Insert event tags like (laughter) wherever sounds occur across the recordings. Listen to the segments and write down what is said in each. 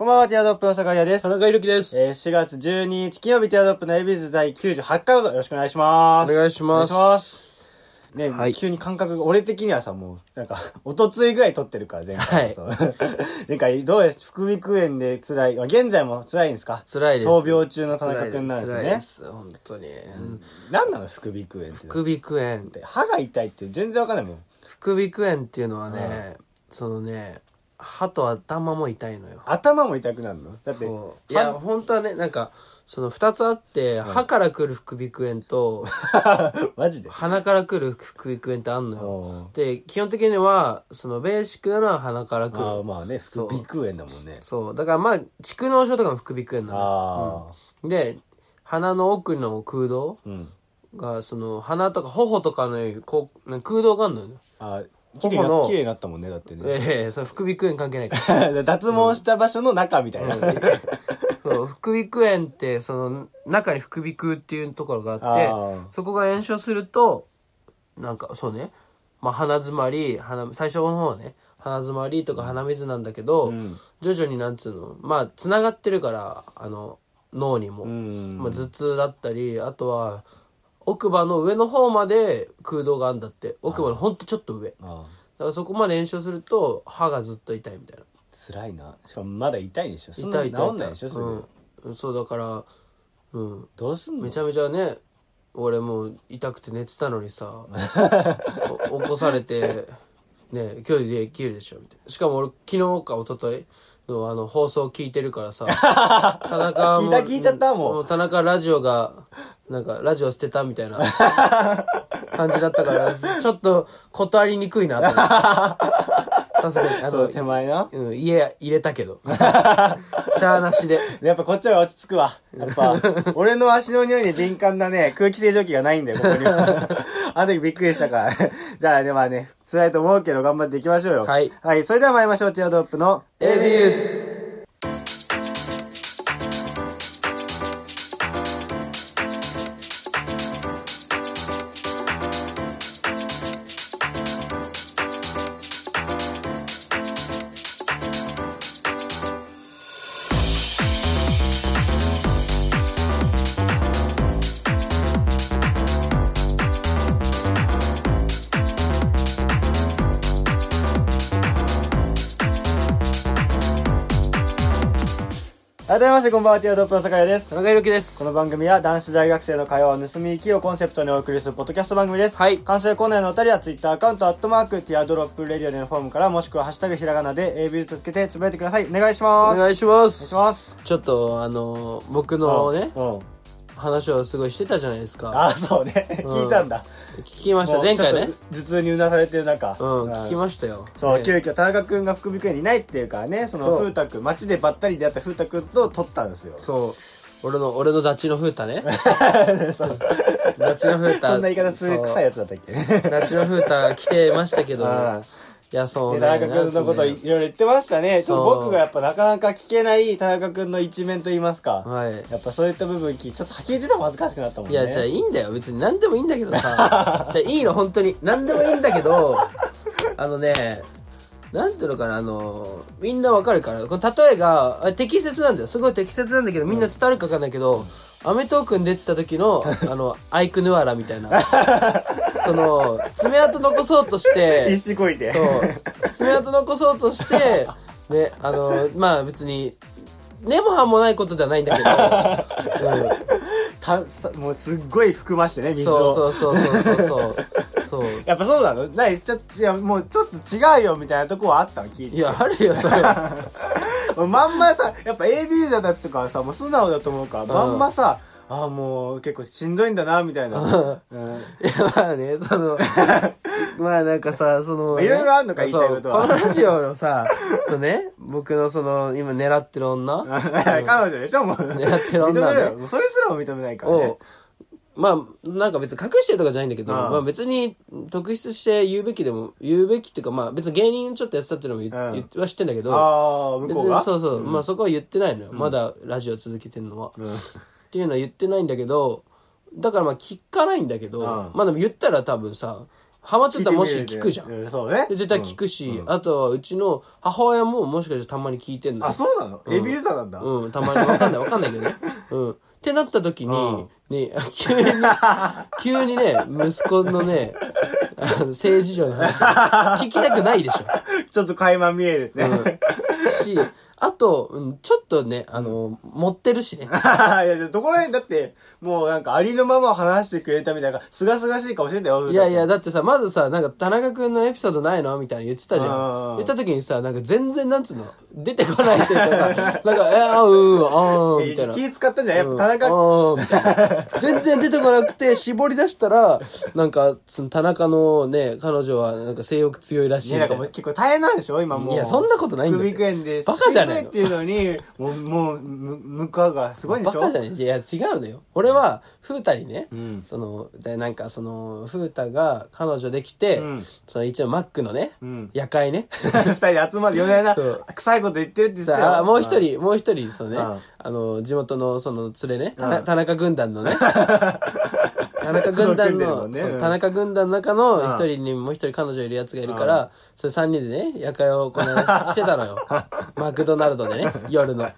こんばんは、ティアドロップの坂井です田。中裕樹です。えー、4月12日金曜日、ティアドロップのエビーズ第98回をよろしくお願いします。お願いします。お願いします。ね、はい急に感覚が、俺的にはさ、もう、なんか、おとついぐらい撮ってるから、前回もそう。 (laughs) 前回、どうです副鼻腔炎で辛い。まあ現在も辛いんですか辛いです。闘病中の田中くんなんですよね辛いです。本当に。何なの副鼻腔炎って。副鼻腔炎。歯が痛いって全然わかんないもん。副鼻腔炎っていうのはね、そのね、歯と頭も痛いのよ。頭も痛くなるのだって、そういや、本当はね、なんか、その二つあって、歯から来る副鼻腔炎 (laughs) と、マジで。鼻から来る副鼻腔炎ってあんのよ。おーで、基本的には、そのベーシックなのは鼻から来あーる。まあね、そ副う鼻腔炎だもんね。そう。だからまあ、蓄膿症とかも副鼻腔炎なの。ああ、うんで、鼻の奥の空洞うん。が、その、鼻とか頬とかの、こう、なんか空洞があるのよね。あー綺麗頬なの綺麗になったもんね、だってね。ええその副鼻腔炎関係ない (laughs) か脱毛した場所の中みたいな。ら。そう、副鼻腔炎って、その、中に副鼻腔っていうところがあって、あーそこが炎症すると、なんか、そうね、まあ、鼻詰まり、鼻、最初の方はね、鼻詰まりとか鼻水なんだけど、うん徐々になんつうの、まあ、繋がってるから、あの、脳にも。うんまあ、頭痛だったりあとは奥歯の上の方まで空洞があるんだって奥歯のほんとちょっと上だあからそこまで炎症すると歯がずっと痛いみたいなー辛いな。しかもまだ痛いんでしょ。そんな痛い痛い痛治んないでしょ、すぐ。うん、そうだからうんどうすんのめちゃめちゃね俺もう痛くて寝てたのに (laughs) さお起こされてね今日できるでしょみたいなしかも俺昨日か一昨日のあの放送聞いてる (laughs) からさ田中は聞いた聞いちゃったもう田中ラジオがなんかラジオ捨てたみたいな感じだったからちょっと断りにくいなと思ってさすがにあそのう、手前な。うん、家入れたけどしゃあなしでやっぱこっちは落ち着くわ。やっ (laughs) ぱ、俺の足の匂いに敏感なね、空気清浄機がないんだよ、ここ (laughs) には。あの時びっくりしたから。じゃあね、まあね、辛いと思うけど頑張っていきましょうよ。はいはい、それでは参りましょう、ティアドロップのエビユーズ改めまして、こんばんは、ティアドロップの坂谷です。田中裕樹ですこの番組は男子大学生の会話を盗み行きをコンセプトにお送りするポッドキャスト番組です。はい関西コーナーのお二人はツイッターアカウント、アットマーク、ティアドロップレディオでのフォームから、もしくはハッシュタグひらがなで AB とつけてつぶやいてください。お願いします。お願いしますお願いします。ちょっとあの僕のねうん。うん話をすごいしてたじゃないですかああ、そうね。うん聞いたんだ。聞きましたもう前回ねちょっと頭痛にうなされてる中。うん聞きしましたよた。そう、ね急遽田中くんが副鼻腔炎にいないっていうからね、そのそう風太くん、街でばったり出会った風太くんと撮ったんですよ。そう俺の俺のダチのフータね (laughs) そうダチのフータ (laughs) そんな言い方するそう臭いやつだったっ (laughs) けダチのフータ来てましたけどああいやそうねで田中君のことをいなんろつういろ言ってましたね。ちょっそとう僕がやっぱなかなか聞けない田中君の一面と言いますか。のはいやっぱそういった部分聞いちょっと聞いてたも恥ずかしくなったもんいね。やじゃあいいんだよ別に何でもいいんだけどさ (laughs) じゃあいいの本当に何でもいいんだけどあのねなんていうのかなあのみんなわかるからこの例えがあ適切なんだよすごい適切なんだけどみんな伝わるかわかんないけど、アメトークに出てた時 (laughs) のあのアイクヌアラみたいなその爪痕残そうとし必 (laughs) て死こいて。そう爪痕残そうと (laughs) してねあのまあ別に根も葉もないことではないんだけど、うん、たさもうすっごい含ましてね、水そを。うそうそうそうそうそうそうやっぱそうなのないちょっと、いや、もうちょっと違うよみたいなとこはあったの聞いいて。やあるよそれ (laughs) 俺まんまさ、やっぱ AB だたちとかはさ、もう素直だと思うから、んまんまさ、ああ、もう結構しんどいんだな、みたいな。うん (laughs) いやまあねそのまあなんかさその、いろいろあんのか言いたいことはそうこのラジオのさそうね僕のその今狙ってる (laughs) 女彼女でしょもう。狙ってる認女はねめるよ。もうそれすらも認めないからねを。まあなんか別に隠してるとかじゃないんだけどうんまあ、別に特筆して言うべきでも言うべきっていうかまあ別に芸人ちょっとやってたっていうのも言,、うん言っては知ってんだけどああ、向別こうがにそうそう、まあそこは言ってないのよ、まだラジオ続けてるのは、っていうのは言ってないんだけどだからまあ聞かないんだけど、うんまあでも言ったら多分さハマっちゃったらもし聞いて聞みるくじゃん。うそうね。で絶対聞くし、うんうんあとはうちの母親ももしかしたらたまに聞いてんの。あ、そうなのうんヘビーユーザーなんだ。うん、たまに。わかんないわかんないけ (laughs) どね。うん。ってなった時に、うんね、あ急に、(laughs) 急にね、息子のね、あの政治上の話、聞きたくないでしょ。 (laughs) ちょっと垣間見えるね。 (laughs) うん。し、あと、うん、ちょっとね、あの、持ってるしね。いや、どこら辺だって、もうなんかありのままを話してくれたみたいな、すがすがしい顔してたよ。いやいや、だだってさ、まずさ、なんか、田中くんのエピソードないのみたいな言ってたじゃうんん。言った時にさ、なんか全然、なんつうの、出てこないというかさ、なんか、え、あ、うん、あ、うん、みたいな。気使ったんじゃん。やっぱ田う中、んあーみたいな全然出てこなくて、絞り出したら、なんか、その田中のね、彼女は、なんか性欲強いらしいね、みなたんかもうい結構大変なんでしょ今もな。う。いや、そんなことないんだ副よ。鼻炎で、バカじゃないしんどいのっていうのに、もう、もう、む、向かうがすごいんでバしょカじゃないいや、違うのよ。俺は、風太にね、うんその、で、なんか、その、風太が彼女できて、うんその、一応、マックのね、うん夜会ね。 (laughs) 二人で集まって夜な夜なそう臭いこと言ってるって言ってたさあ、よもう一人、もう一人、そのね、うんあの、地元の、その、連れね、田う中ん田中軍団の (laughs) ね、田中軍団の、そう組んでるもんねそううん田中軍団の中のうん一人にもう一人彼女いるやつがいるかうんら、それ三人でね、夜会をこの間してたの (laughs) よ。マクドナルドでね、夜の。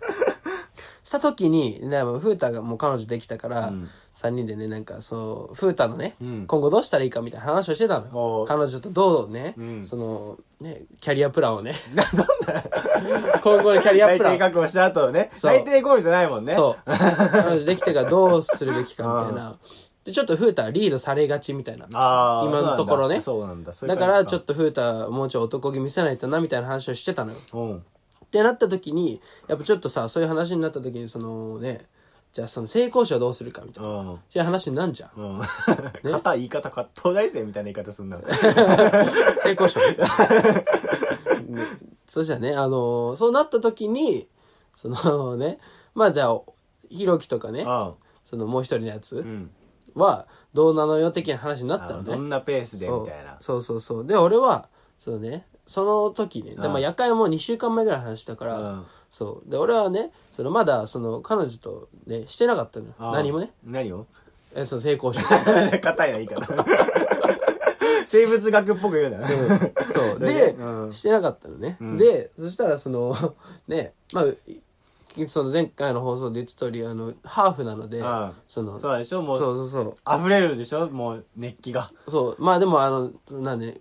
した時に、ね、もう風太がもう彼女できたから、三人でね、なんかそう、風太のね、うん今後どうしたらいいかみたいな話をしてたのおよう。彼女とどうね、うんその、ね、キャリアプランをね、 (laughs) 今後のキャリア大プラ抵ン。確保した後ね。そう大抵ゴールじゃないもんね。 (laughs) そう。彼女できてからどうするべきかみたいな。で、ちょっと風太はリードされがちみたいな。ああ。今のところねそうなんだ。そういうだ感じから、ちょっと風太はもうちょい男気見せないとな、みたいな話をしてたのよ。うん。ってなった時に、やっぱちょっとさ、そういう話になった時に、そのね、じゃあその性交渉どうするかみたいな。うん。そういう話になんじゃん。うん。肩、言い方、葛藤大生みたいな言い方すんな。性 (laughs) 交渉ねねそしたらね、あのーそうなった時に、そのね、まあじゃあ、ひろきとかね、うん。そのもう一人のやうつん。は、どうなのよ的な話になったあののね。どんなペースでみたいな。そうそうそうそうで俺はそうねその時ねでうんまあ夜会も2週間前ぐらいの話したから、うんそうで俺はねそのまだその彼女とねしてなかったのよあー何もね何を (laughs) えその成功者硬いな言い方。 (laughs) 生物学っぽく言うな。そうそれで、うんしてなかったのね、うんでそしたらその (laughs) ねまあきその前回の放送で言った通りあのハーフなので、うんそのそうでしょもそうう、そうそう溢れるでしょもう、熱気が。そうまあでもあのなんで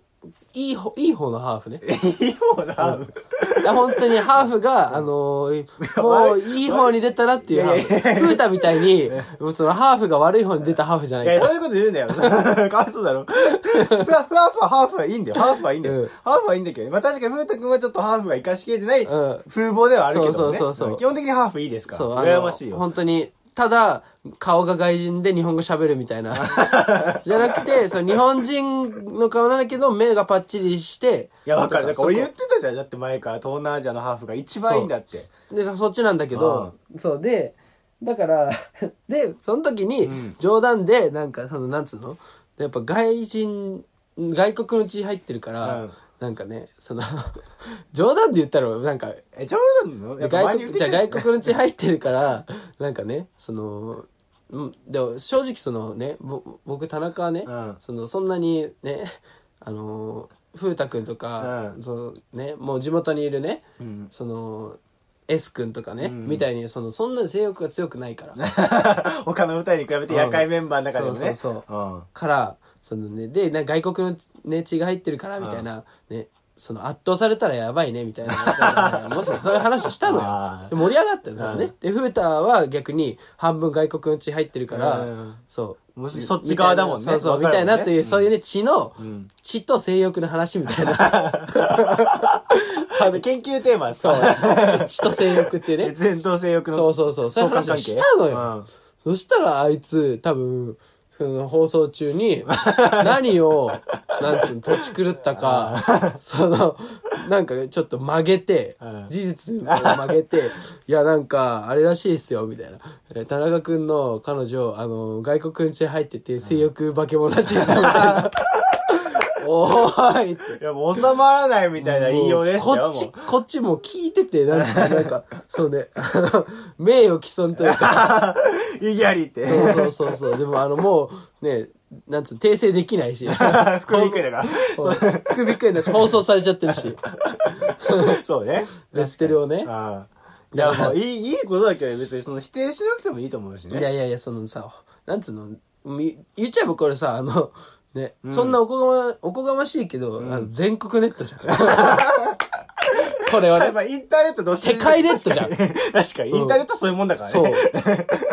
いい方いい方のハーフねいいもんな。いや、本当にハーフが、あの (laughs) ーもういい方に出たらっていうハーフ。いやいやいやフータみたいに、もうそのハーフが悪い方に出たハーフじゃないいや、かそういうこと言うなよ。 (laughs) かわいそうだろ。ふわふわふわハーフはいいんだよ。ハーフはいいんだうよん。ハーフはいいんだけどね。まあ確かに、ふうたくんはちょっとハーフが生かしきれてないうん風貌ではあるけどそね。うそうそうそう基本的にハーフいいですから。そう、羨ましいよ。本当に、ただ、顔が外人で日本語喋るみたい (laughs) な。じゃなくて、その日本人の顔なんだけど、目がパッチリして。いや、わかる。だとから俺言ってたじゃん。だって前から東南アジアのハーフが一番いいんだって。で、そっちなんだけど、そうで、だから、 (laughs) で、その時うんに、冗談で、なんか、その、なんつうのやっぱ外人、外国の血入ってるから、うんなんかね、その、 (laughs) 冗談で言ったら、なんか、え、冗談なのやっぱ外前に国、じ受けゃあちゃう外国の血入ってるから、なんかね、その、うん、でも正直そのね、ぼ僕、田中はね、うんその、そんなにね、あの、風太くんとか、うんそうね、もう地元にいるね、うん (laughs) その S 君とかね、うんみたいにそのそんなに性欲が強くないから他の歌に比べて夜会メンバーの中でもね。うんそうそううんからそのねでなんか外国の、ね、血が入ってるからみたいな、ねその圧倒されたらやばいねみたいなだ (laughs) からもしそういう話したのあーよで盛り上がったよそれね、うんでフーターは逆に半分外国の血入ってるから、うんそうもしそっち側だもんねそうそう、みわかたいるもんねなという、そういうね血の、ん血と性欲の話みたいな (laughs) あの研究テーマそうさ、血と血と性欲っていう (laughs) ね前頭性欲の。そうそうそう。そういう話をしたのよ。そしたらあいつ、多分、その放送中 (laughs) に、何を、なんつうの、土地狂った (laughs) か、その、なんかちょっと曲げてうん、事実を曲げて、いやなんか、あれらしいっすよ、みたいな。えー田中くんの彼女、あの、外国に家入ってて、性欲化け物らしいぞ、みたい (laughs) な。おーいって。いや、もう収まらないみたいな言いようでしたよ、こっちも、こっちも聞いてて、なんつうのなんか、そうね、あの名誉毀損というか、 (laughs) う。意義ありって。そうそうそうそう。でもあのもうね、なんつうの、訂正できないし。 (laughs) 副鼻腔だから。そう副鼻腔だし、放送されちゃってるし。 (laughs) そうね。レッテルをねああ。だだからいい、いいことだけど、別にその否定しなくてもいいと思うしいやね。いやいや、そのさ、なんつうの、み言っちゃえばこれさ、あの、ね、んそんなおこがま、おこがましいけど、あの全国ネッ (laughs) トじゃん。これはやっね、ぱインターネットどっち世界ネットじゃん。確かに、インターネットはそういうもんだからね。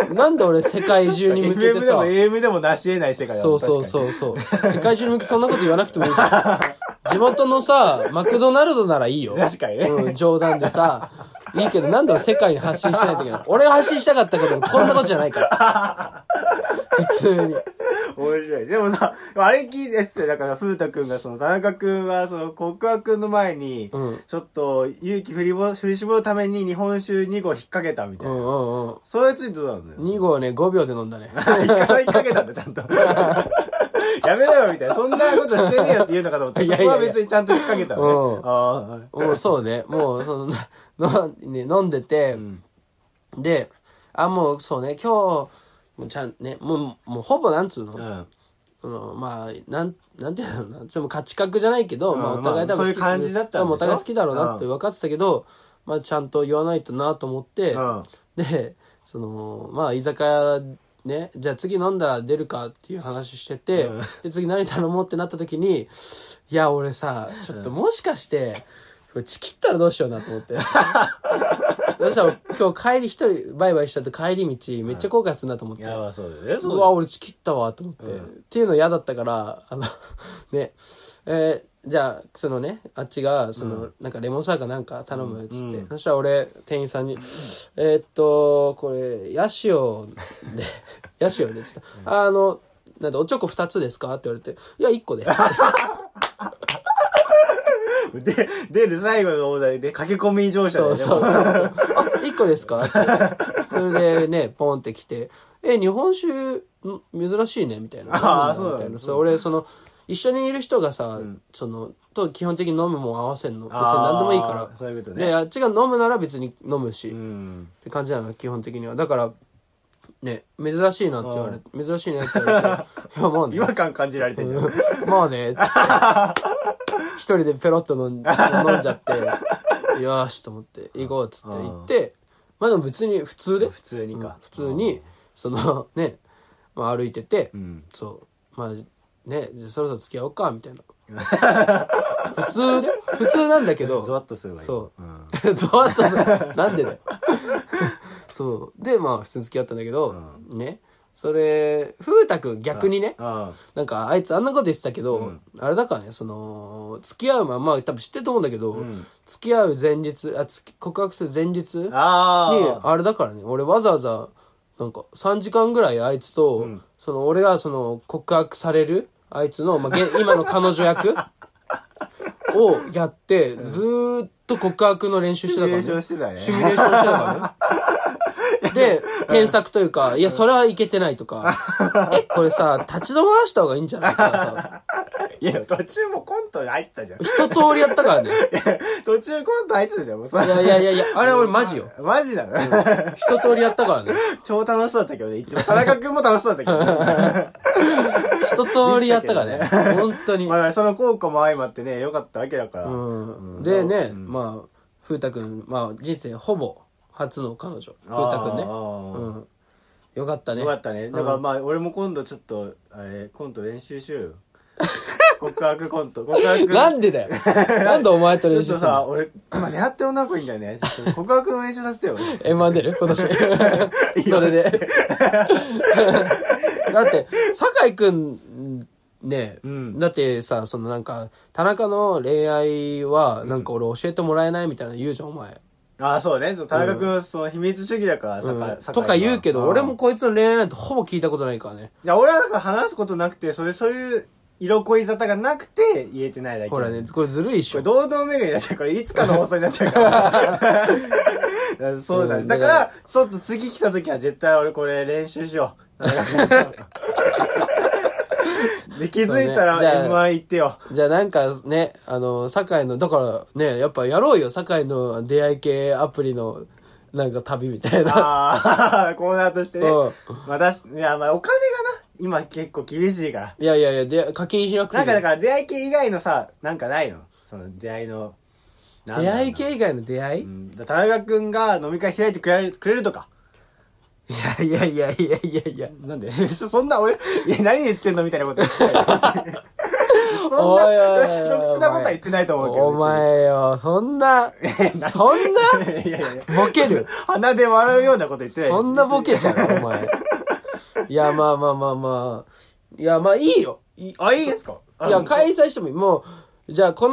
そう。なんで俺世界中に向け FM てでもさ、 AM でもなし得ない世界だそうそうう。そうそう。世界中に向けてそんなこと言わなくてもいいじゃん。地元のさ、マクドナルドならいいよ。確かにねうん、冗談でさ、いいけどなんで俺世界に発信しないといけない。俺が発信したかったけど、こんなことじゃないから。普通に。確かに面白い。でもさ、あれ聞いてて、だから、風太くんが、その、田中くんは、その、告白くんの前に、うんちょっと、勇気振りぼ振り絞るために日本酒2合引っ掛けたみたいうな。んうんうん。それについてどうなのよ。 2号ね、5秒で飲んだね。一回それ引っ掛けたんだ、ちゃ (laughs) んと。やめろよ、みたいな。そんなことしてねえよって言うのかと思っ (laughs) た。いやそいやいこやは別にちゃんと引っ掛けたうのねん。あもうそうね、もうその、の、ね、飲んでて、んで、あ、もうそうね、今日、もうちゃんね、もう、もうほぼなんつうの、あ。うん。そのまあ、なん、なんていうのな、ちょっと価値観じゃないけど、うんまあお互い多ま分あそういう感じだったんでしょそうもうお互い好きだろうなって分かってたけど、まあちゃんと言わないとなと思って、うんで、その、まあ居酒屋、ね、じゃあ次飲んだら出るかっていう話してて、うんで、次何頼もうってなった時に、いや、俺さ、ちょっともしかして、これチキったらどうしようなと思 (laughs) って。どうしたら今日帰り一人バイバイしたと帰り道めっちゃ後悔するなと思って。やばそうだよね、そううだわ、よ俺チキったわ、と思って、っていうの嫌だったから、あの、 (laughs) ね、えーじゃあ、そのね、あっちが、その、なんかレモンサワーかなんか頼む、っつって、そしたら俺、店員さんに、えーっと、これ、ヤシオで、ヤシオで、つった、あの、なんだ、おちょこ2つですかって言われて、いや、1個で。で、出る最後のお題で駆け込み乗車だそようね。そうそう。もうあ、1個ですかってそれでね、ポンって来て、え、日本酒、ん珍しいね、みたいな。あー飲むんみそうたないんな。だそう俺、その、一緒にいる人がさ、その、と基本的に飲むもん合わせんの。別にあー何でもいいから。そういうことで、ね。あっちが飲むなら別に飲むし、うっん。て感じなの、基本的には。だから、ね、珍しいなって言われて、珍しいねって言われ (laughs) て、いや、まあね違和感感じられてんじゃん。まあね、つって (laughs) 一人でペロッと飲ん飲んじゃって、よーしと思って、行こうっつって行って、まあでも別に普通で、普通にか。普通に、そのね、まあ歩いててう、ん。そう、まあね、じゃあそろそろ付き合おうか、みたい (laughs) な。普通で、普通なんだけ (laughs) ど、ゾワッとするわそうんゾワッとす (laughs) る。なんでだよ。そう。で、まあ普通に付き合ったんだけど、ね、それ、風太くん逆にね、あなんかあいつあんなこと言ってたけど、うんあれだからねその付き合う前まあ多分知ってると思うんだけど、ん付き合う前日あつき告白する前日にあー。あれだからね俺わざわざなんか3時間ぐらいあいつと、その俺がその告白されるあいつの、まあ、現今の彼女役をやって、ずーっと告白の練習してたシからねミュレーションしてたね。シミュレーションしてた (laughs) からね。で、添削というか、いや、それはいけてないとか、え、これさ、立ち止まらした方がいいんじゃないとかさ、いや、途中もコント入ってたじゃん。一通りやったからね。途中コント入ってたじゃん、もうさいやいやいやいや、あれ俺マジよ。マジなの一通りやったからね。超楽しそうだったけどね、一番。田中くんも楽しそうだったけど (laughs) ね。一通りやったからね。本当に。まあ、その効果も相まってね、良かったわけだから。うん。でね、まあ、風太くん、まあ、人生ほぼ初の彼女。風太くんね。あーうん。よかったね。よかったね。だからまあ、俺も今度ちょっと、あれ、コント練習しよう (laughs) よ。告白コント。告白。なんでだよ。なんでお前とちょ練っ習とするさ、の俺、今狙ってる女の子いいんだよね。ちょっと告白の練習させてよ。 M1 (laughs) 出る今年。いいよそれ。 (laughs) で。だって、酒井くん、ね、うんだってさ、そのなんか、田中の恋愛は、なんか俺教えてもらえないみたいなの言うじゃん、お前。ああ、そうね。田中君はその秘密主義だから、うんさとか言うけど、俺。酒井もはこいつの恋愛なんてほぼ聞いたことないからね。いや、俺はだから話すことなくて、そういう、そういう色恋沙汰がなくて言えてないだけ。ほらね、。これずるいっしこれょ。堂々巡りになっちゃう。これいつかの放送になっちゃ (laughs) うから。そうだね。だから、ちょっと次来た時は絶対俺これ練習しよう。で、気づいたらそうねじゃあ M1 行って (laughs) よ。じゃあなんかね、あの、酒井の、だからね、やっぱやろうよ、酒井の出会い系アプリの、なんか旅みたいな。ああ、コーナーとしてねうん。まあ、だし、いや、まあ、お金がな、今結構厳しいから。いやいやいや、で課金しなくてなんかだらから出会い系以外のさ、なんかないのその出会いの。なん出だろうな会い系以外の出会い、うん。だ田中くんが飲み会開いてくれるくれるとか。いやいやいやいやいやいや。なんで (laughs) そんな俺、いや何言ってんのみたいなこと言ってない (laughs) そんおいおいおいおな、い特殊なことは言ってないと思うけど。お前よ、そんな、そんな、別 (laughs) に。いやいやいや。ボケる。鼻で笑うようなこと言ってない。そんなボケちゃう、お前。いや、まあまあまあまあ。いや、まあいいよ。いあ、いいですかいや、開催してもいい。もう、じゃあ、こ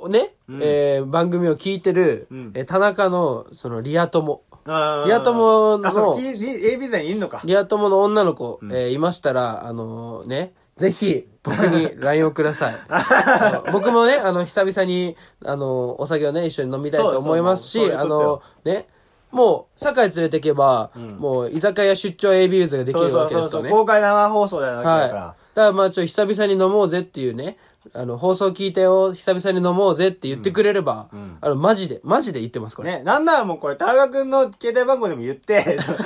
の、ね、うんえー番組を聞いてる、うんえー田中の、その、リア友。リリア友のあ、そう、きリ A ビザにいんのか。リア友の女の子、んえーいましたら、あのーね、ぜひ、僕に LINE をくだ (laughs) さい。あの僕もね、あの、久々に、あのーお酒をね、一緒に飲みたいそうとそう思いますし、もうそういうあことよのーね、もう、堺連れてけば、うんもう、居酒屋出張 AB ユーズができそうるそわうけでそうすそよう、ね。公開生放送だはよな、い。だだかからまあちょ、久々に飲もうぜっていうね、あの、放送聞いたよ、久々に飲もうぜって言ってくれれば、うんうんあの、マジで、マジで言ってます、こら。れ。ね、なんならもうこれ、田中君の携帯番号でも言って、 (laughs) その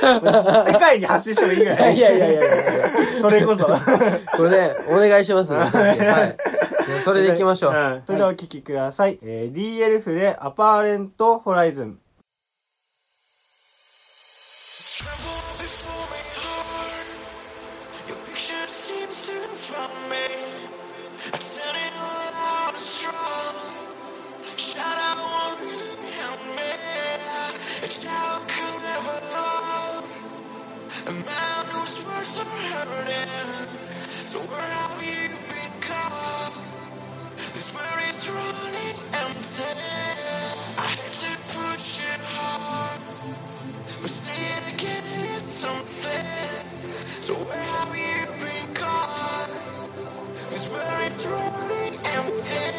世界に発信してもいいぐいらやい。いやいやいやいや。それこそ。これね、お願いし (laughs) ますね。はい。でそれで行きましょう。んそれではお聞きください。えー、D エルフでアパーレントホライズン。 tremble before my heart. Your picture seems to confront me. I turn it loud and strong. Shout out, won't really help me. It's how I could never love. A man whose words are hurting. So where have you been caught? This where it's running empty. I had to push it hard. But say it again, it's something. So where have you been caught? This world is running empty.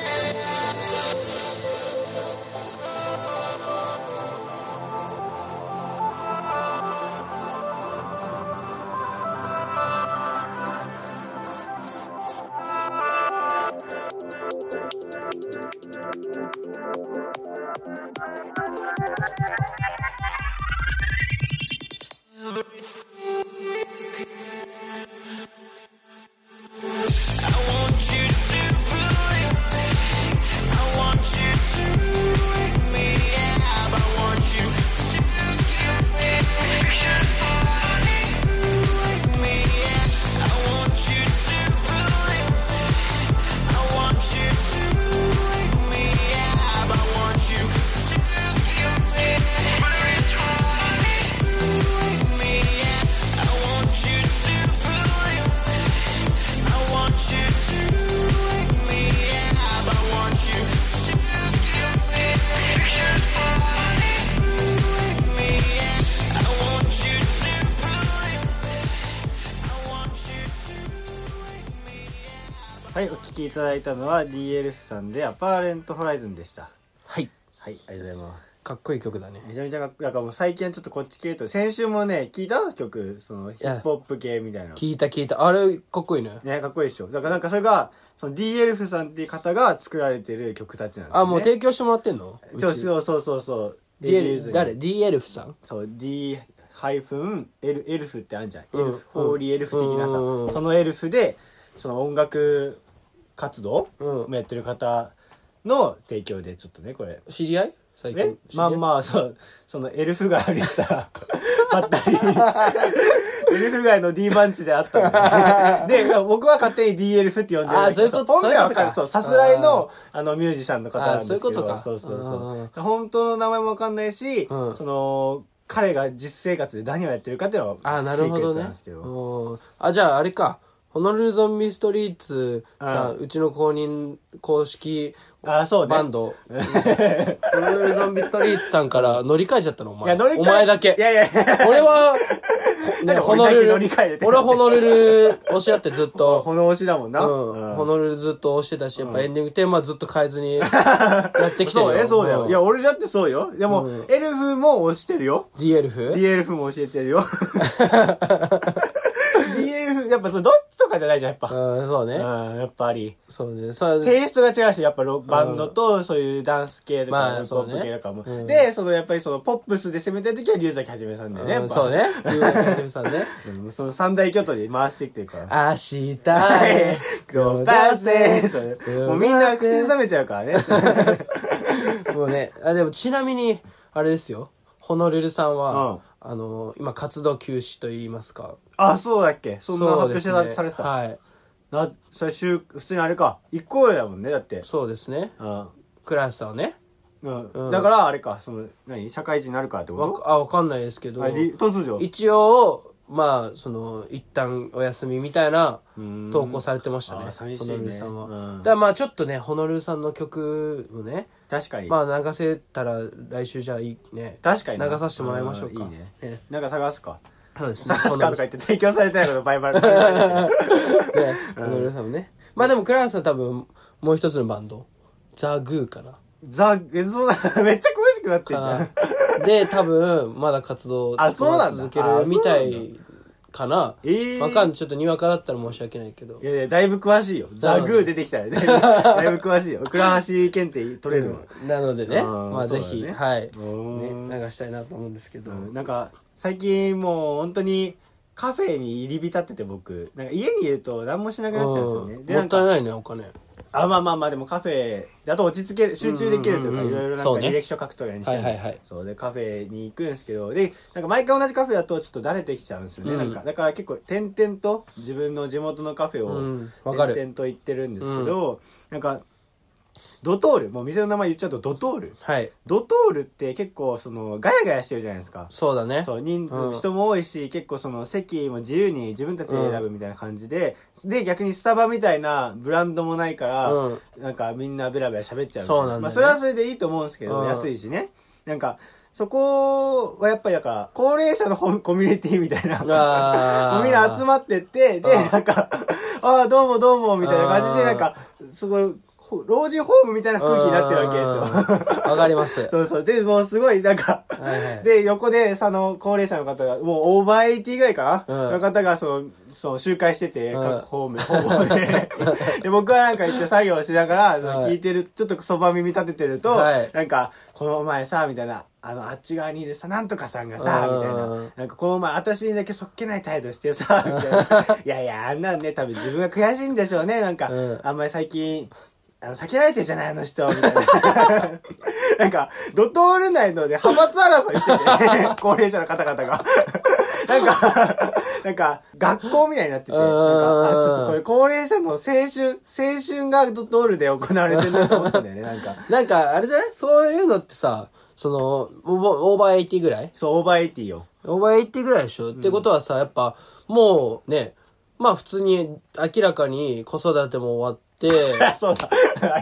Want you to はい、お聞きいただいたのは D エルフさんでアパーレントホライズンでした。はい。はい、ありがとうございます。かっこいい曲だね。めちゃめちゃかっこいい。なんかもう最近はちょっとこっち系と、先週もね、聞いた曲、そのヒップホップ系みたいな。聞いた聞いた。あれ、かっこいいね。ね、かっこいいでしょ。だからなんかそれが、その D エルフさんっていう方が作られてる曲たちなんですよ、ね。あ、もう提供してもらってんのそうそうそうそうそう。 D エルフ誰 ?D エルフさんそう、D ハイフン、エル、エルフってあるじゃん。エうんルフ、ホーリーエルフ的なうんうんうんさ、そのエルフで、その音楽活動うんもやってる方の提供で、ちょっとね、これ。知り合い最近ね。、まああ。まあ、そう、そのエルフ街にさ、 (laughs) ばったり、 (laughs) エルフ街の D バンチであった (laughs) んで、で、僕は勝手に D エルフって呼んでるんだけどあそういうこと本名は分かそういうことる。かそう、さすらいの、あの、ミュージシャンの方なんですあけど。そういうことかそうそううんうんそう。本当の名前もわかんないし、うんその、彼が実生活で何をやってるかっていうのは、あ、なるほシークレッどトなんねです。けど。うんあ、じゃああれか。ホノルルゾンビストリーツさ、ううちの公認公式あ、そうね。バン (laughs) ド。うんホノルルゾンビストリーツさんから乗り換えちゃったのおい前。や、乗り換え。お前だけい。やいやいや。俺は、なんでホノル俺だけル乗り換えれ、てんの俺はホノルル推し合ってずっと。炎推しだもんな。うん、ホノルルずっと押してたし、やっぱエンディングテーマずっと変えず (laughs) にやってきてるよ。そうね、そうだよ。いや、ん、俺だってそうよ。でも、うんエルフも推してるよ。 DLF? DLF も教えてるよ。DLF、やっぱそれどっちとかじゃないじゃん、やっぱ。うん、そううね。ん、やっぱり。そうね。そうテイストが違うし、やっぱロバンドと、そういうダンス系とまか、あポップ系とかもそうねう。んで、その、やっぱりその、ポップスで攻めたい時は、龍崎はじめさんだよね、やうっんぱそう。ね。ゆうやくはじめさん (laughs) ね。うんその三大巨頭で回してきてるから。明日へ。 5%! バーセうんもうみんな口ずさめちゃうからね。 (laughs) もうね、あ、でもちなみに、あれですよ。ホノルルさんうんは、あの、今活動休止と言いますか。あ、そうだっけそんな発表してそうたですねされてた。はい。な、それ、週、普通にあれか。一個上だもんね、だって。そうですね。うん。倉橋さんはね。う。うんんだから、あれか、その、何社会人になるかってこわとかあ、わかんないですけどあ。り突如。一応、まあ、その、一旦お休みみたいなうん投稿されてましたね。あー寂しいホねノルルさんは。うんだからまあちょっとね、ホノルルさんの曲もね、確かに。まあ流せたら来週じゃあいいね。確かにな流させてもらいましょうか。んいいね。なんか探すか。そうですね。探すかとか言って提供されてないことバイ (laughs) バル。ね、ホノルルさんもね。まあでも、倉橋さん多分、もう一つのバンド、ザ・グーかな。ザ、えそうだ、めっちゃ詳しくなってんじゃんか。な。で、多分、まだ活動あそうなんだ続けるあそうなんだみたいかな。えーわかんない。ちょっとにわかだったら申し訳ないけどい。やいや、だいぶ詳しいよ。ザ・グー出てきた (laughs) ら、だいぶ、だいぶ詳しいよ。倉橋検定取れるわ。なのでね、あーまあそぜうだねひ、はい、ね、うん流したいなと思うんですけど。うんなんか、最近もう本当にカフェに入り浸ってて僕、なんか家にいると何もしなくなっちゃうんですようね。んで、もなっんたいか、ないね、お金。あ、まあまあまあ、でもカフェだと落ち着ける、集中できるというか、うんうんうんいろいろなんかそうね履歴書書くとかにして、はいはいはいそうで、カフェに行くんですけど、で、なんか毎回同じカフェだとちょっと慣れてきちゃうんですよね。うんなんか、だから結構点々と自分の地元のカフェを、うん、わかる。点々と言ってるんですけど、なんかドトールもう店の名前言っちゃうとドトールはい、ドトールって結構そのガヤガヤしてるじゃないですかそうだね。そう人数、うん人も多いし結構その席も自由に自分たちで選ぶみたいな感じで、で逆にスタバみたいなブランドもないから、うんなんかみんなベラベラ喋っちゃうそうなんだよねまあ、それはそれでいいと思うんですけど、うん安いしねなんかそこはやっぱりだから高齢者のホコミュニティみたいな (laughs) あーみんな集まってって、で、あーなんか、ああ、どうもどうも、みたいな感じで、あなーんか、すごい、ほ老人ホームみたいな空気になってるわけですうんよ。わかります。 (laughs) そうそう。で、もうすごい、なんか、はいはいで、横で、その、高齢者の方が、もうオーバーエイティぐらいかな、うんの方が、その、その、集会してて、うん各ホーム、方々 (laughs) で。で、僕はなんか一応作業しながら、はい聞いてる、ちょっとそば耳立ててると、はいなんか、この前さ、みたいな、あの、あっち側にいるさ、なんとかさんがさ、うんみたいな。なんかこの前、私にだけそっけない態度してさ、 (laughs) みたいな。いやいや、あんなんね、多分自分が悔しいんでしょうね、なんか、うんあんまり最近、あの、避けられてんじゃないあの人、みたいな。なんか、ドトール内のね、派閥争いして (laughs) て、高齢者の方々が。なんか、なんか、学校みたいになってて、なんか、あ、ちょっとこれ高齢者の青春、青春がドトールで行われてるなと思ったんだよね、なんか。なんか、あれじゃないそういうのってさ、その、オーバーオーバーエイティぐらいそう、オーバーエイテ (laughs) ィよ。オーバーエイティぐらいでしょ、ってことはさ、やっぱ、もうね、まあ普通に明らかに子育ても終わ (laughs) って、あ、そうだ。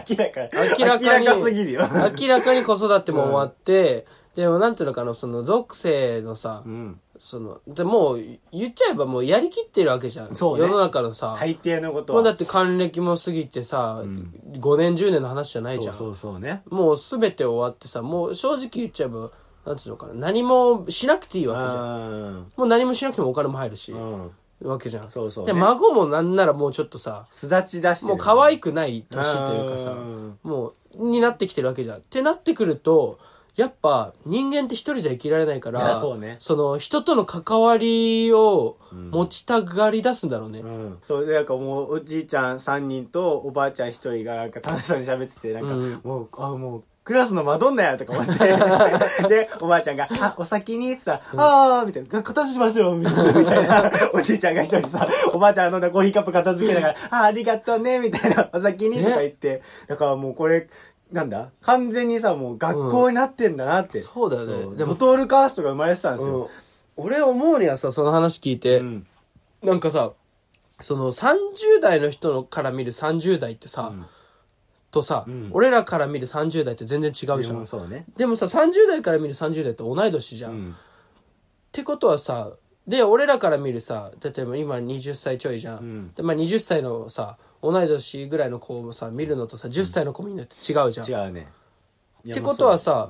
明らか。明らかに、すぎるよ。明らかに子育ても終わって、でもなんていうのかな、その属性のさ、うん。その、でもう言っちゃえばもうやりきってるわけじゃん。そうね世の中のさ、大抵のこともは。うだって還暦も過ぎてさ、5年10年の話じゃないじそゃ。うんそうそうね。もう全て終わってさ、もう正直言っちゃえば、なんていうのかな、何もしなくていいわけじゃん。うん。もう何もしなくてもお金も入るし、うん。わけじゃん。そうそうねで、孫もなんならもうちょっとさ、すだち出してもる。う可い愛くない年というかさ、もう、になってきてるわけじゃん。ってなってくると、やっぱ人間って一人じゃ生きられないかいやら、そうねの人との関わりを持ちたがり出すんだろうね。うん、そうでなんかもうおじいちゃん3人とおばあちゃん1人がなんか楽しそうに喋っててなんか、うんもうあもうクラスのマドンナやとか思って (laughs) でおばあちゃんが「あお先に」っつったら「ああ」みたいな「片付けますよ」みたい (laughs) なおじいちゃんが1人さおばあちゃん飲んだコーヒーカップ片付けながら「ああありがとうね」みたいな「お先に」とか言って、だからもうこれなんだ完全にさもう学校になってんだなって、うんそうだよねででももドトールカーストが生まれてたんですうんよ、俺思うにはさ、その話聞いて、うんなんかさ、その30代の人のから見る30代ってさ、んとさ、うん俺らから見る30代って全然違うでじゃんも。そうね、でもさ、30代から見る30代って同い年じゃ。うんっん、てことはさ、で、俺らから見るさ、例えば今20歳ちょいじゃん。うんでまあ、20歳のさ、同い年ぐらいの子をさ、見るのとさ、10歳の子見るのって違うじゃん。違っうねってことはさ、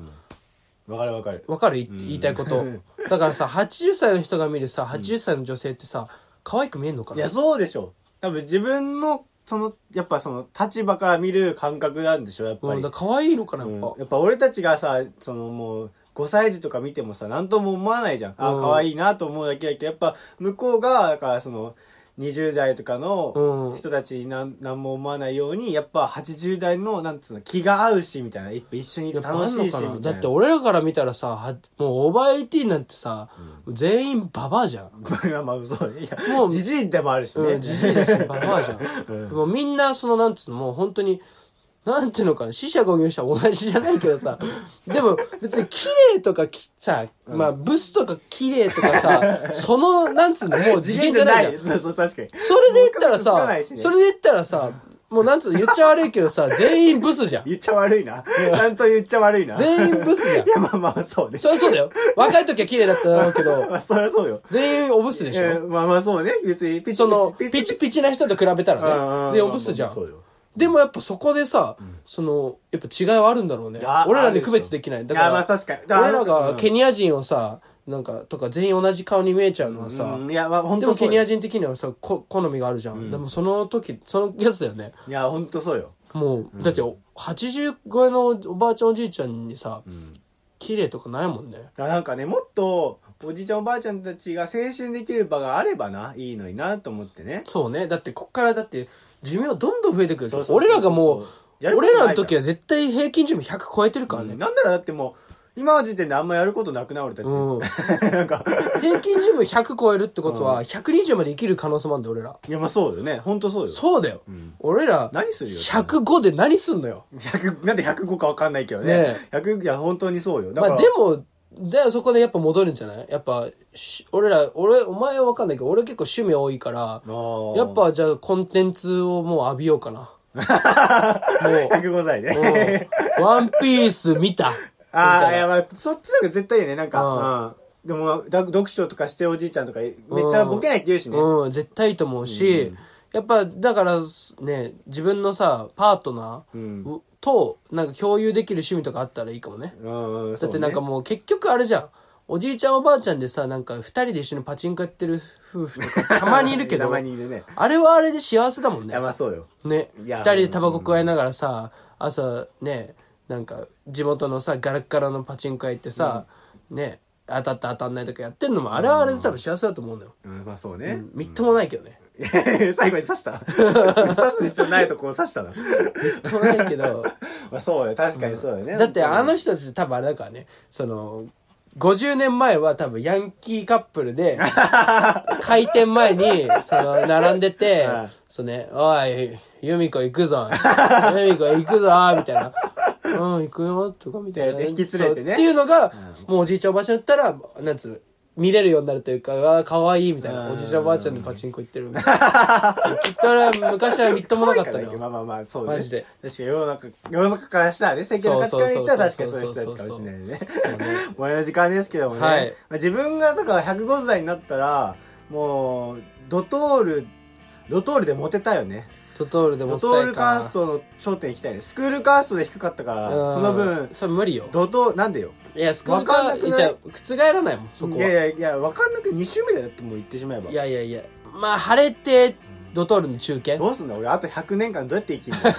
わかるわかる。 (laughs) わかる言って言いたいこと。だからさ、80歳の人が見るさ、80歳の女性ってさ、可愛く見えんのかいなや、そうでしょ。多分自分の、その、やっぱその、立場から見る感覚なんでしょ、やっぱうり。ん、だから可愛いのかな、うんやっぱ。やっぱ俺たちがさ、そのもう、5歳児とか見てもさ、なんとも思わないじゃん。あうー、ん可愛いなと思うだけだけど、やっぱ向こうが、だからその、20代とかうのん人たちになんなんも思わないように、やっぱ80代の、なんつうの、気が合うし、みたいな。一一緒にやっぱ楽しいし、あんのかみたいなな。だって俺らから見たらさ、はもうオーバーエイティーなんてさ、全員ババアじゃん。これはまあ、そう。いもや、うじじいでもあるしうね。ん、じじいだし、ババアじゃん。うんもうみんな、その、なんつうの、もう本当に、なんていうのかな、死者誤入者同じじゃないけどさ、でも別に綺麗とかきさ、まあブスとか綺麗とか (laughs) さ、その、なんつうの、もう次次元元じじゃゃなないじゃんい。。そうそう、確かに。それで言ったらもう区別つかさ、ないしねそれで言ったらさ、もうなんつうの、言っちゃ悪いけどさ、全員ブスじゃん。 (laughs) 言っちゃ悪いな。ちゃんと言っちゃ悪いな。全員ブスじゃんいや、まあまあ、そうね。そりゃそうだよ。若い時は綺麗だっただろうけどま、あ、そりゃそうよ。全員おブスでしえょーまあまあそうね。別にピチその、ピチピチピチな人と比べたうんうらね、ん全員おブスじゃ。まあまあそうんよでもやっぱそこでさ、その、やっぱ違いはあるんだろうねいや。俺らあるにでし区ょ別できない。だいやまあか確かに。だら、から俺らうがんケニア人をさ、なんか、とか全員同じ顔に見えちゃうのはさう、んいや、まあ本で当もそケうニよ。ア人的にはさ、こ好みがあるじゃん。でもその時、そのやつだよね。いや、本当そうよ。もう、だって、80超えのおばあちゃんおじいちゃんにさ、綺麗とかないもんね。だからなんかね、もっと、おじいちゃんおばあちゃんたちが青春できる場があればな、いいのになと思ってね。そうね。だって、こっからだって、寿命どんどん増えてくる。そうそうそう俺らがもう、やること俺らのないじゃん時は絶対平均寿命100超えてるからうねん。なんならだってもう、今の時点であんまやることなくな、俺たち。うん (laughs) なんか、平均寿命100超えるってことは、120まで生きる可能性もあるんだよ、俺ら。いや、まあそうよね。本当そうよ。そうだよ。俺ら、何するよ105で何すんのよ。 100なんで105かわかんないけどねね。 100、いや、本当にそうよ。だかまら、あでも、だよ、そこでやっぱ戻るんじゃないやっぱ、し俺ら、俺、お前はわかんないけど、俺結構趣味多いから、もやっ、ぱじゃあコンテンツをもう浴びようかな。も105歳 (laughs) う、もね。うワンピース見た。あみたあ、いいなや、まあ、そっちの方が絶対いいね、なんうんか。うん。でも、だ読書とかしてるおじいちゃんとか、めっちゃボケないって言うしね。うん、絶対いいと思うし、やっぱ、だから、ね、自分のさ、パートナうんーうと、なんか共有できる趣味とかあったらいいかもね。うん、うん、だそっうてねなんかもう結局あれじゃん。おじいちゃんおばあちゃんでさ、なんか二人で一緒にパチンコやってる夫婦とか、たまにいるけど (laughs) た、まにいるね。あれはあれで幸せだもんいねや、。まあそうよ。ね、いや二人でタバコ加えながらさ、朝ね、なんか地元のさ、ガラッガラのパチンコ屋行ってさ、ね、当たった当たんないとかやってんのも、あれはあれで多分幸せだと思うのよ。うん、まあそうね。みっともないけどね。 (laughs) 最後に刺し (laughs) た刺す必要ないとこを刺したな。 (laughs) みっともないけど、まあそうよ、確かにそうよ (laughs) ね。だってあの人人、たち多分あれだからね、その、50年前は多分ヤンキーカップル (laughs) で、開店前に、その、並んでてうん、そうね、おい、ユミコ行くぞ、ユミコ行くぞ、みたい (laughs) な。うん、行くよ、とか、みたいな。で引き連れてねそうっていうのが、もうおじいちゃんおばあちゃんだったら、なんつうの、見れるようになるというか、ああ、可愛いみたいな。うんおじいちゃんおばあちゃんでパチンコ行ってるみたいな。 (laughs) 言ったら、昔はみっともなかったの可愛いらいいけどまよ。あまあまあ、そうね。マジで確かに世の中、世の中からしたらね、世間の価値観に言ったら確かそうにそういうそうそ人うたそうちかもしれないね。そうね (laughs) 終わりの時間ですけどもね、はいまあ自分がだから105歳になったらもうドトールドトールでモテたいよねトトールでもド伝トーえルかカーストの頂点行きたいねスクールカーストで低かったからうんその分それ無理よドトールなんでよいやスクールカわかんなくーないじゃ覆らないもんそこいはやいいやいや分かんなく2周目だよってもう言ってしまえばやいやいやまあ晴れてドトールの中堅どうすんだ俺あと100年間どうやって生きるんだよ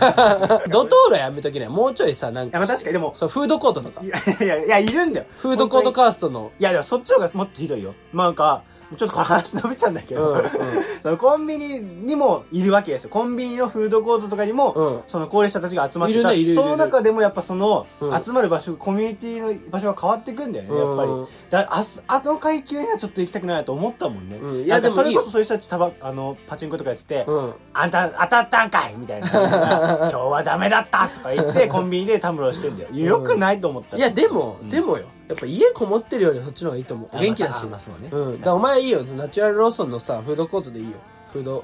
ドトールはやめときねもうちょいさなんいやまあか確かにでもそうフードコートとかいやいやいやいるんだよフードコート本カーストの当にいやでもそっちの方がもっとひどいよなんかちょっと話伸びちゃうんだけうど、んうん (laughs) そのコンビニにもいるわけですよ。コンビニのフードコートとかにも、うんその高齢者たちが集まってた。いるねいるいるいるその中でもやっぱその、うん集まる場所、コミュニティの場所が変わってくんだよね、やっぱり。うんだあすあの階級にはちょっと行きたくないなと思ったもんね。うんいいややででそもれいいよこそそういう人たちたばあのパチンコとかやってて、うんあんた当たったんかい (laughs) みたいな。今日はダメだったとか言って、コンビニでたむろしてんだよ。よくないと思った。いやでも、うんでもよやっぱ家こもってるよりそっちの方がいいと思うあ元気だし、まあまあそうねうん、だからお前いいよナチュラルローソンのさフードコートでいいよフード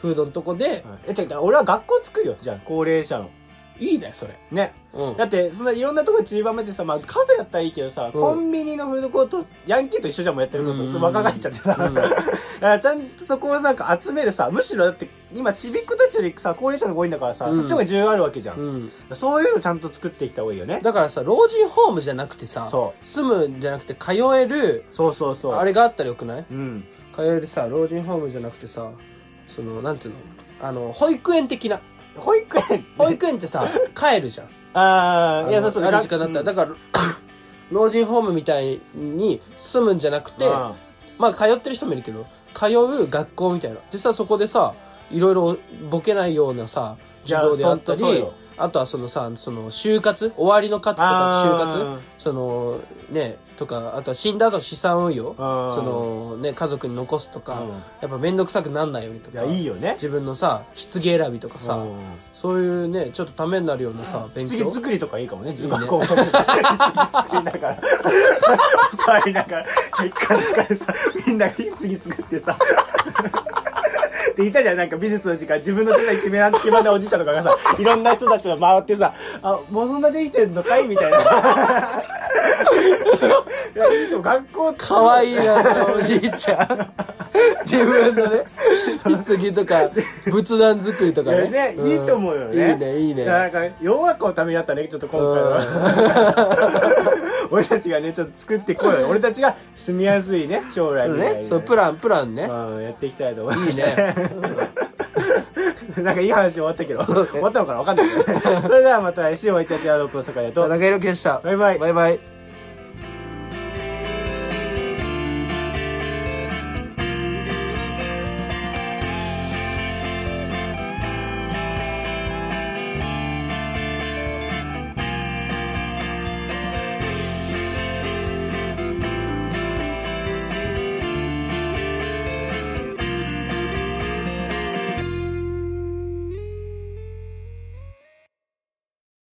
フードのとこでう、んえ、ちょ、だから俺は学校作るよ。じゃあ、高齢者の。いいいねそれね、 (laughs) うんだってそんないろんなとこ散りばめてさ、まあ、カフェだったらいいけどさ、うんコンビニのフードコートヤンキーと一緒じゃんもうやってるこうんと、その若返っちゃってさ、うん (laughs) だからちゃんとそこをなんか集めるさむしろだって今ちびっ子たちよりさ高齢者の方が多いんだからさ、うんそっちの方が重要あるわけじゃん、うんそういうのちゃんと作っていった方がいいよねだからさ老人ホームじゃなくてさそ住むんじゃなくて通えるそうそうそうあれがあったらよくないうん通えるさ老人ホームじゃなくてさそのなんていうのあの保育園的な保育園保育園ってさ帰るじゃんああ (laughs) あいやのそうある時間だったら、だかから (coughs) 老人ホームみたいに住むんじゃなくてうんまあ通ってる人もいるけど通う学校みたいなでさそこでさいろいろボケないようなさ授業であったりいやそうそうよあとはそのさその就活終わりの活とか就あ活そのねとかあとは死んだ後資産運用あーそのね家族に残すとかうんやっぱ面倒くさくなんないようにといかやいいよね自分のさ棺選びとかさうんそういうねちょっとためになるようなさ勉次強作りとかいいかもね、図いいね学校作り。作りながら。触りながら、結果とかでさ、みんなが次作ってさ。って言ったじゃん、なんか美術の時間、自分の手で決めらん、決まんないおじいちゃんとかがさ、いろんな人たちが回ってさ、あ、もうそんなできてんのかいみたい (laughs) な。いや、いいと思う学校かわいいなそのおじいちゃん自分のね棺とか仏壇作りとかねね、いいと思うよね。いいねいいねなんか、洋楽のためになったね、ちょっと今回は。 (laughs) 俺たちがね、ちょっと作って (laughs) こうよ。俺たちが住みやすいね、将来みたいなね、そのプランプランねうん、やっていきたいと思いいまいす。ね (laughs) なんかいい話終わったけど、 (laughs) 終わったのかなわかんないけど。それではまた来週お会いいたいアドロップの坂井だ田と。中裕樹でしたバイバイバイバイ